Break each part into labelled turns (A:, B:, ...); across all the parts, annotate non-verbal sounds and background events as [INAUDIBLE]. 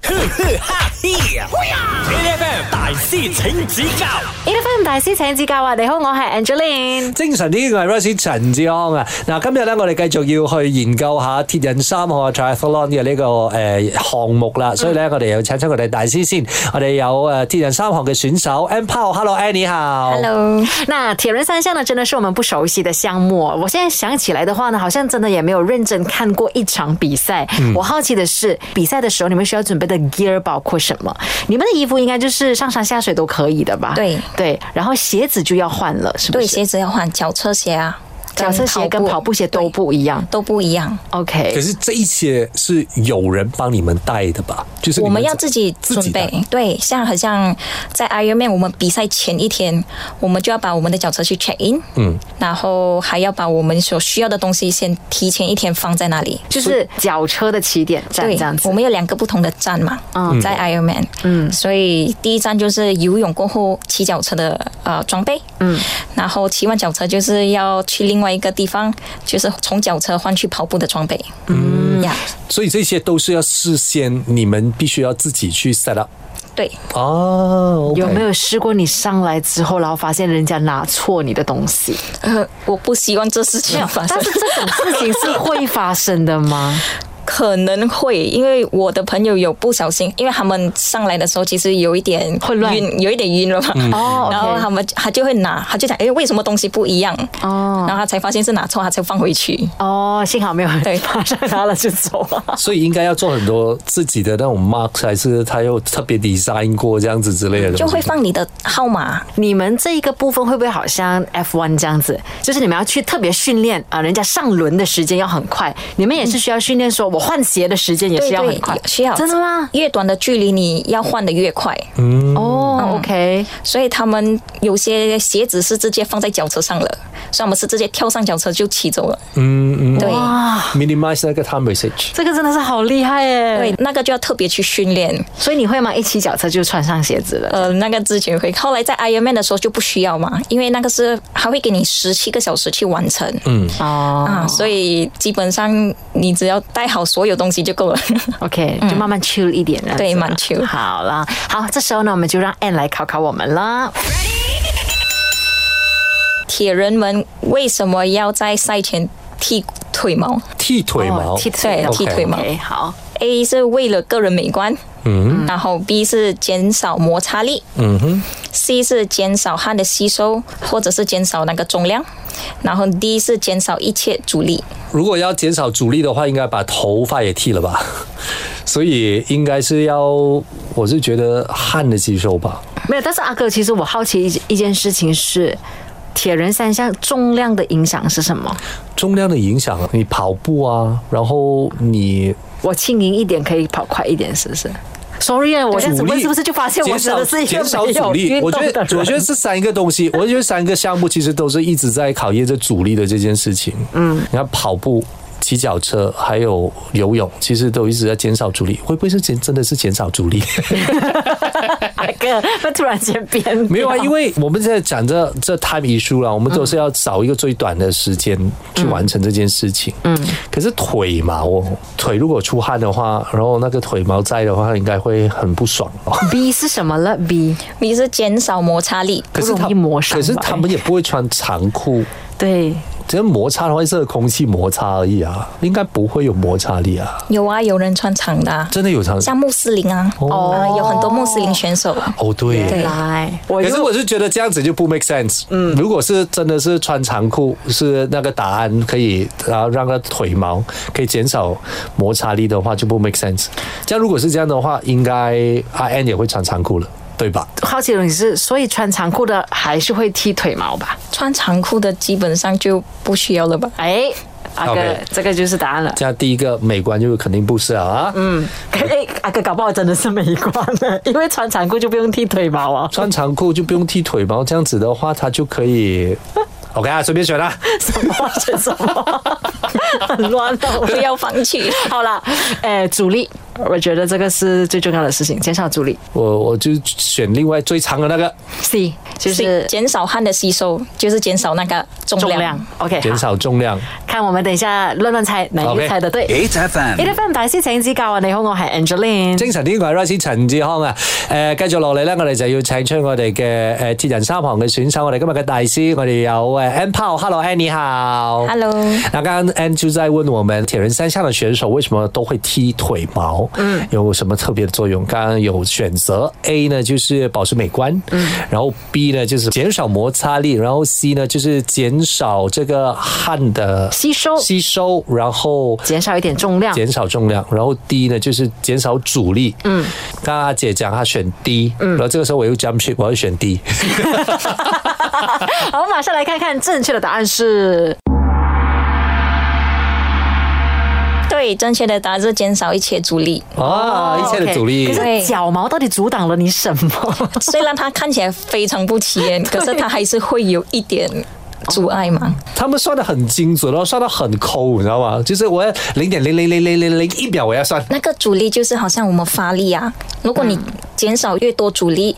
A: 呵呵哈嘿，A.F.M. 大師請指教
B: ，A. F. M. 大師請指教啊！你好，我係 Angeline。
C: 精神啲嘅係 Rosie 陳志安啊！嗱，今日咧我哋繼續要去研究下鐵人三項 triathlon 嘅呢個誒項目啦，所以咧我哋又請出我哋大師先，我哋有誒鐵人三項嘅選手 a n p a o h e l l o Annie 好
D: Hello，
B: 那鐵人三項呢，真的是我們不熟悉的項目哦。我現在想起來的話呢，好像真的也沒有認真看過一場比賽。我好奇的是，比賽的時候你們需要準備的 gear 包括什麼？你們的衣服應該就是上山下水都可以的吧？
D: 对
B: 对，然后鞋子就要換了，是不
D: 对，
B: 是？
D: 鞋子要换脚车鞋啊，
B: 脚车鞋跟跑步鞋都
D: 对
B: 不一样。
D: 都不一样。
C: 可
B: OK，
C: 是這一些是有人幫你們帶的吧？就是
D: 我
C: 你
D: 们要
C: 自
D: 自己
C: 自己
D: 准备，对，像好像在 Ironman，我们比赛前一天，我们就要把我们的脚车去 check in，嗯，然后还要把我们所需要的东西先提前一天放在那里。
B: 就是脚车的起点站
D: 对
B: 这样，子
D: 我。们有两个不同的站嘛，
B: 嗯
D: 在 Ironman，嗯，所以第一站就是游泳过后骑脚车的呃装备，嗯，然后骑完脚车就是要去另外一个地方，就是从脚车换去跑步的装备，嗯呀
C: 所以这些都是要事先你们必须要自己去 set up
D: 对，
C: 哦。
B: 有没有试过你上来之后，然后发现人家拿错你的东西？
D: 呃，我不希望这事 [LAUGHS] 情发生
B: 但，是这种事情是会发生的吗？
D: [LAUGHS] 可能会因为我的朋友有不小心，因为他们上来的时候其实有一点
B: 混乱
D: 晕有一点晕了嘛，
B: 哦
D: 嗯然后他们他就会拿，他就讲，哎，为什么东西不一样？
B: 哦
D: 然后他才发现是拿错，他才放回去。
B: 哦，幸好没有
D: 对
B: 人马上拿了就走了。
C: 所以应该要做很多自己的那种 mark，还是他又特别 design 过这样子之类的东西，
D: 就会放你的号码，
B: [LAUGHS] 你们这一个部分会不会好像 F1 这样子？就是你们要去特别训练啊，人家上轮的时间要很快，你们也是需要训练，说我换鞋的时间也是要很快，
D: 需要
B: 真的吗？
D: 越短的距离你要换的越快，嗯
B: 哦，OK，
D: 所以他们有些鞋子是直接放在脚车上了，所以我们是直接跳上脚车就骑走了。嗯嗯，对。
B: 哇，
C: minimize 那个 time usage。
B: 这个真的是好厉害耶！
D: 对，，那个就要特别去训练。
B: 所以你会吗？一骑脚车就穿上鞋子了。
D: 呃，那个之前会，后来在 Ironman 的时候就不需要嘛，因为那个是他会给你十七个小时去完成。嗯
B: 哦
D: 啊，所以基本上你只要带好所有东西就够了。 [LAUGHS]
B: ，OK，就慢慢 chill 一点了。
D: 嗯对
B: 是吧
D: 慢 chill
B: 好啦，好，这时候呢，我们就让 Anne 来考考我们啦。
D: 铁人们为什么要在赛前剃腿毛？
C: 剃腿毛，
B: 哦剃腿
D: 对
B: 毛
D: 剃腿毛
B: OK，好，
D: A 是为了个人美观，嗯，然后 B 是减少摩擦力，嗯哼，C 是减少汗的吸收，或者是减少那个重量，然后 D 是减少一切阻力。
C: 如果要减少阻力的话，应该把头发也剃了吧。 [LAUGHS] 所以应该是要，我是觉得汗的吸收吧。
B: 没有。但是阿哥，其实我好奇一一件事情是，铁人三项重量的影响是什么？
C: 重量的影响，你跑步啊，然后你
B: 我轻盈一点可以跑快一点，是不是？Sorry，啊我这样子
C: 阻
B: 问
C: 力
B: 是不是就发现我
C: 减
B: 真
C: 少
B: 的是一个
C: 减少
B: 没
C: 阻
B: 有
C: 力
B: 运，
C: 我
B: 动
C: 觉
B: 的人？
C: 得我觉得这三个
B: [LAUGHS]
C: 东西，我觉得三个项目其实都是一直在考验这阻力的这件事情。嗯，你看跑步、骑脚车还有游泳，其实都一直在减少阻力，会不会是减真的是减少阻力？
B: 阿哥， [LAUGHS] 那突然间变
C: 没有啊，
B: 调
C: 因为我们现在讲这这 time issue 啦，我们都是要找一个最短的时间去完成这件事情。嗯，可是腿毛哦，腿如果出汗的话，然后那个腿毛在的话，应该会很不 [LAUGHS] 爽哦。
B: B 是什么了？B
D: B 是减少摩擦力，
C: 可是
B: 容
C: 他
B: 易磨伤
C: 可是
B: 吧
C: 他们也不会穿长裤，
B: 对，
C: 只要摩擦的话是和空气摩擦而已啊，应该不会有摩擦力啊。
D: 有啊，有人穿长的、啊，
C: 真的有长
D: 像穆斯林啊，
C: 哦
D: 啊有很多穆斯林选手。
C: 哦，对。
D: 对
B: 来，我
C: 可是
B: 又
C: 我是觉得这样子就不 make sense。嗯，如果是真的是穿长裤，是那个答案可以，然后让它腿毛可以减少摩擦力的话，就不 make sense。这样如果是这样的话，应该阿 N 也会穿长裤了，对吧？
B: 好奇的你是，所以穿长裤的还是会剃腿毛吧？
D: 穿长裤的基本上就不需要了
B: [LAUGHS]
D: 吧？
B: 哎，阿哥
C: OK
B: 这个就是答案了。
C: 这样第一个美观就肯定不是了啊。嗯，
B: 哎，阿哥搞不好真的是没关了， [LAUGHS] 因为穿长裤就不用剃腿毛啊。 [LAUGHS]
C: 穿长裤就不用剃腿毛，这样子的话，它就可 [LAUGHS] 以。OK 啊，随便选啦、
B: 什么 [LAUGHS] 选什么，很乱的。啊 [LAUGHS]
D: 不要放弃。
B: 好啦，呃，阻力我觉得这个是最重要的事情，减少阻力。
C: 我我就选另外最长的那个，
B: C 就
D: 所以
B: 是
D: 减少汗的吸收，就是减少那个重
B: 重
D: 量。
B: 量。OK，
C: 减
B: 好
C: 少重量。
B: 看我们等一下乱乱猜哪一
C: OK
B: 个猜的对。
A: ，H F M
B: A F M 大師請指教啊！你好，我係 Angeline。
C: 精神呢個係 Rice 陳志康啊！誒、繼續落嚟咧，我哋就要請出我哋嘅誒鐵人三項嘅選手，我哋今日嘅大師，我哋有誒 Ann Paul，Hello Ann 你好
D: Hello
C: 那剛剛 Ann 就在問我們鐵人三項嘅選手為什麼都會踢腿毛，嗯，有什麼特別的作用？剛剛有選擇 A 呢，就是保持美觀，嗯，然後 B 呢就是減少摩擦力，然後 C 呢就是減少這個汗的
B: 吸收
C: 吸收，然後
B: 减少一点重量，
C: 减少重量，然后 D 呢就是减少阻力。嗯，刚刚阿姐讲她选 D，嗯，然后这个时候我又 jump ship，我要选 D。
B: [LAUGHS] 好，马上来看看正确的答案是
D: 对，正确的答案是减少一切阻力。
C: 啊，一切的阻力
B: 哦 OK 可
D: 对
B: 是脚毛到底阻挡了你什么？
D: 虽然它看起来非常不起眼，可是它还是会有一点阻碍嘛。
C: 他们算的很精准哦，算的很抠，你知道吗？就是我要零点零零零零零零一秒我要算。
D: 那个阻力就是好像我们发力啊，如果你减少越多阻力，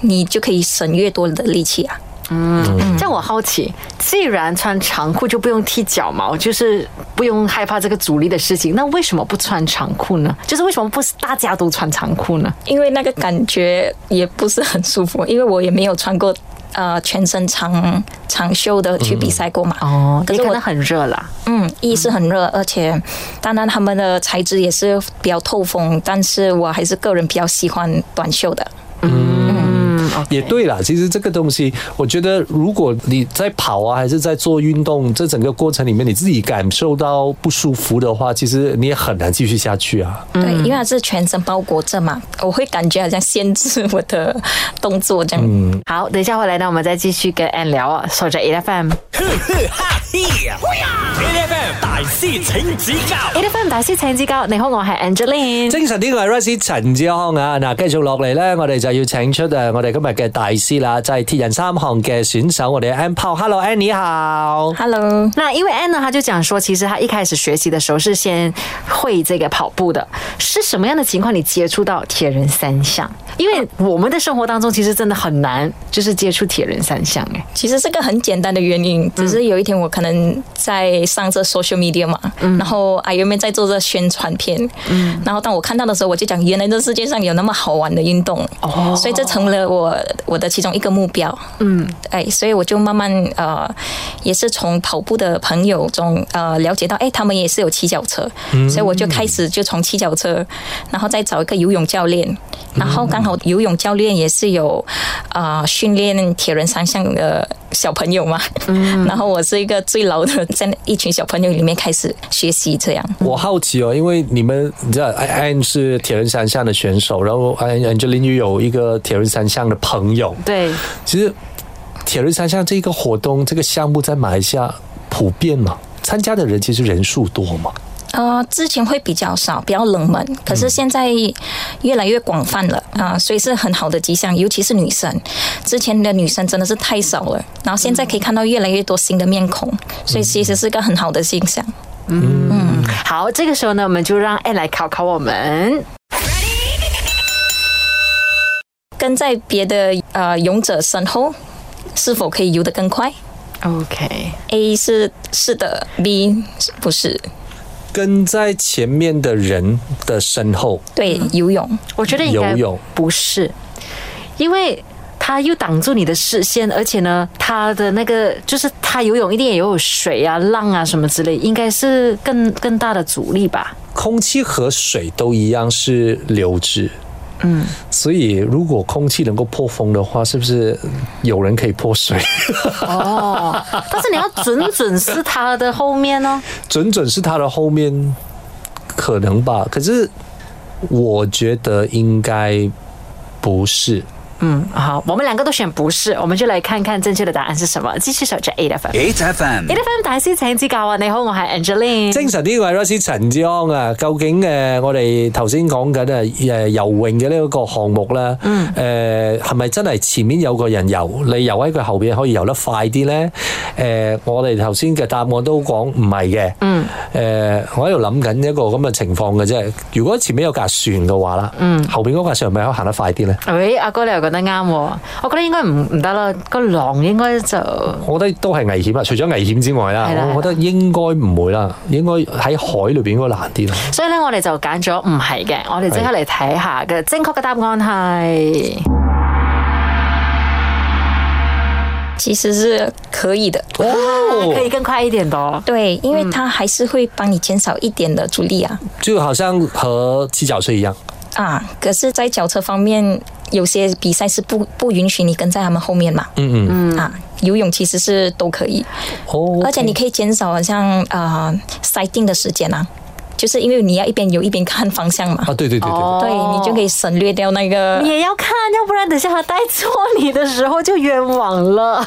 D: 你就可以省越多的力气啊。
B: 这样我好奇，既然穿长裤就不用剃脚毛，就是不用害怕这个阻力的事情，那为什么不穿长裤呢？就是为什么不是大家都穿长裤呢？
D: 因为那个感觉也不是很舒服，因为我也没有穿过呃全身长长袖的去比赛过嘛。
B: 哦，
D: 可
B: 也
D: 是
B: 可
D: 我
B: 能很热啦。
D: 嗯，一是很热，而且当然他们的材质也是比较透风，但是我还是个人比较喜欢短袖的。
B: 嗯，OK，
C: 也对啦，其实这个东西，我觉得如果你在跑啊，还是在做运动，这整个过程里面你自己感受到不舒服的话，其实你也很难继续下去啊。
D: 对，因为它是全身包裹着嘛，我会感觉好像限制我的动作这样。
B: 好，等一下回来呢，我们再继续跟 Ann 聊啊，守着 A F M。
A: 哈嘿，A F M 大师请指教
B: A F M 大師請指教，你好，我係 Angeline。
C: 精神呢個係 Rice 陳志康啊！嗱，繼續落嚟咧，我哋就要請出誒我哋今日嘅大師啦，就係、鐵人三項嘅選手，我哋 a n p o w Hello a n 你好。
D: Hello，
B: 那因为 Anne 呢，她就讲说，其实她一开始学习的时候是先会这个跑步的，是什么样的情况你接触到铁人三项？因为我们的生活当中其实真的很难，就是接触铁人三项哎。
D: 其实这个很简单的原因，只是有一天我可能在上这 social media 嘛，然后 I M 在做这宣传片，然后当我看到的时候，我就讲原来这世界上有那么好玩的运动，
B: 哦
D: 所以这成了我我的其中一个目标，嗯，哎，所以我就慢慢呃，也是从跑步的朋友中呃了解到，哎，他们也是有骑脚车，所以我就开始就从骑脚车，然后再找一个游泳教练，然后刚好游泳教练也是有啊、呃训练铁人三项的小朋友嘛， [LAUGHS] 然后我是一个最老的，在那一群小朋友里面开始学习这样。
C: 我好奇哦，因为你们你知道 a n 是铁人三项的选手，然后 An- Angeline 又有一个铁人三项的朋友。
B: 对，
C: 其实铁人三项这个活动这个项目在马来西亚普遍嘛，参加的人其实人数多嘛。
D: 呃，之前会比较少，比较冷门，可是现在越来越广泛了啊、所以是很好的迹象，尤其是女生。之前的女生真的是太少了，然后现在可以看到越来越多新的面孔，所以其实是个很好的现象。
B: 嗯好，这个时候呢，我们就让 Anne 来考考我们。
D: 跟在别的呃勇者身后，是否可以游得更快
B: OK，
D: ？A 是是的，B 是不是。
C: 跟在前面的人的身后，
D: 对，游泳
B: 我觉得应该
C: 游泳
B: 不是，因为。它又挡住你的视线，而且呢，它的那个就是它游泳一定也有水啊、浪啊什么之类，应该是更更大的阻力吧。
C: 空气和水都一样是流质。嗯，所以如果空气能够破风的话，是不是有人可以破水？ [LAUGHS]
B: 哦，但是你要准准是他的后面哦。
C: 准准是它的后面，可能吧。可是我觉得应该不是，
B: [LAUGHS] 嗯，好，我们两个都选不是，我们就来看看正确的答案是什么。继续守着 A F M，A
A: H F M，
B: F M 大师请指教啊！你好，我系 Angeline。
C: 精神呢位 r o s s 陳志安啊，究竟誒、呃我哋頭先講緊誒誒呃游泳嘅呢一個項目咧，誒係咪真係前面有個人游，你游喺佢後邊可以游得快啲咧？誒、我哋頭先嘅答案都講唔係嘅，嗯，誒、我喺度諗緊一個咁嘅情況嘅啫。如果前面有架船嘅話啦，嗯，後邊嗰架船咪可以行得快啲咧？
B: 喂，阿哥你又講得啱喎，我覺得應該唔唔得啦，個浪應該就
C: 我覺得都係危險啊！除咗危險之外啦
B: 係啦，
C: 我覺得應該唔會啦，應該喺海裏邊應該難啲啦。
B: 所以咧，我哋就揀咗唔係嘅，我哋即刻嚟睇下嘅正確嘅答案係
D: 其实是可以的。
C: 哦
B: 可以更快一點噃。
D: 对，因为它还是会帮你减少一点的阻力啊
C: 就好像和骑脚车一样，
D: 啊！可是，在脚车方面，有些比赛是不不允许你跟在他们后面嘛。嗯嗯嗯啊，游泳其实是都可以，
C: 哦，
D: 而且你可以减少好像呃塞定的时间啊，就是因为你要一边游一边看方向嘛。
C: 啊，对对对对，
B: 哦
D: 对你就可以省略掉那个
B: 你也要看，要不然等下他带错你的时候就冤枉了。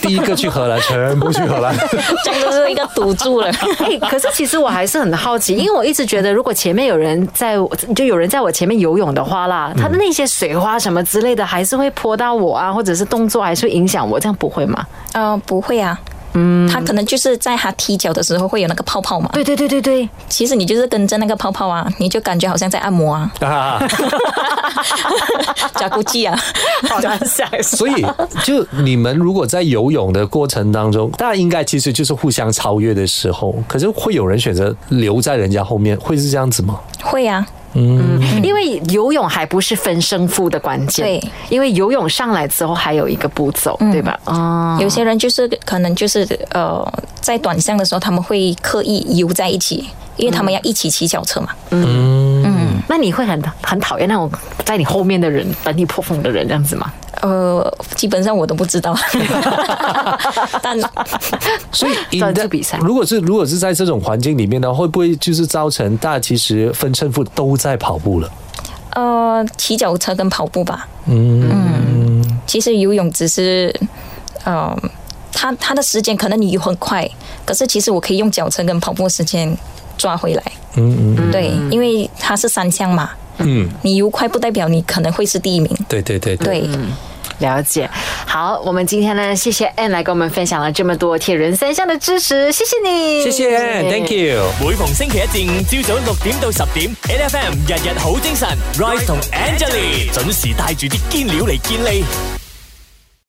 C: 第一个去荷兰，全部去荷兰，
D: [LAUGHS] 这个就是一个赌注 [LAUGHS] 了。
B: [LAUGHS] 哎，可是其实我还是很好奇，因为我一直觉得，如果前面有人在我，就有人在我前面游泳的话啦，他的那些水花什么之类的，还是会泼到我啊，或者是动作还是会影响我，这样不会吗？
D: 呃，不会啊。嗯，他可能就是在他踢脚的时候会有那个泡泡嘛。
B: 对对对对对，
D: 其实你就是跟着那个泡泡啊，你就感觉好像在按摩 [LAUGHS] 啊，
C: 啊，
D: 假估计啊。
B: 好难想 [LAUGHS] 象。
C: [LAUGHS] 所以就你们如果在游泳的过程当中，大家应该其实就是互相超越的时候，可是会有人选择留在人家后面，会是这样子吗？
D: 会啊，
B: 因为游泳还不是分胜负的关键，
D: 对，
B: 因为游泳上来之后还有一个步骤，对吧？哦，
D: 有些人就是可能就是呃，在短项的时候他们会刻意游在一起，因为他们要一起骑脚车嘛。
B: 那你会很很讨厌那种在你后面的人、等你破风的人这样子吗？
D: 呃，基本上我都不知道， [LAUGHS] 但
C: 所以 in
B: 专
C: that-
B: 啊注比赛
C: 如果是如果是在这种环境里面呢，会不会就是造成大家其实分胜负都在跑步了？
D: 呃，骑脚车跟跑步吧。嗯其实游泳只是，呃，它它的时间可能你游很快，可是其实我可以用脚车跟跑步时间抓回来。嗯嗯，对，因为它是三项嘛。
C: 嗯，
D: 你游快不代表你可能会是第一名。
C: 对对对
D: 对，
B: 了解。好，我们今天呢，谢谢 Ann 来跟我们分享了这么多铁人三项的知识，谢谢你，
C: 谢谢，thank you。
A: 每逢星期一至五朝早六點到十點，N F M 日日好精神，Rise 同 Angelie 準時帶住啲堅料嚟健利。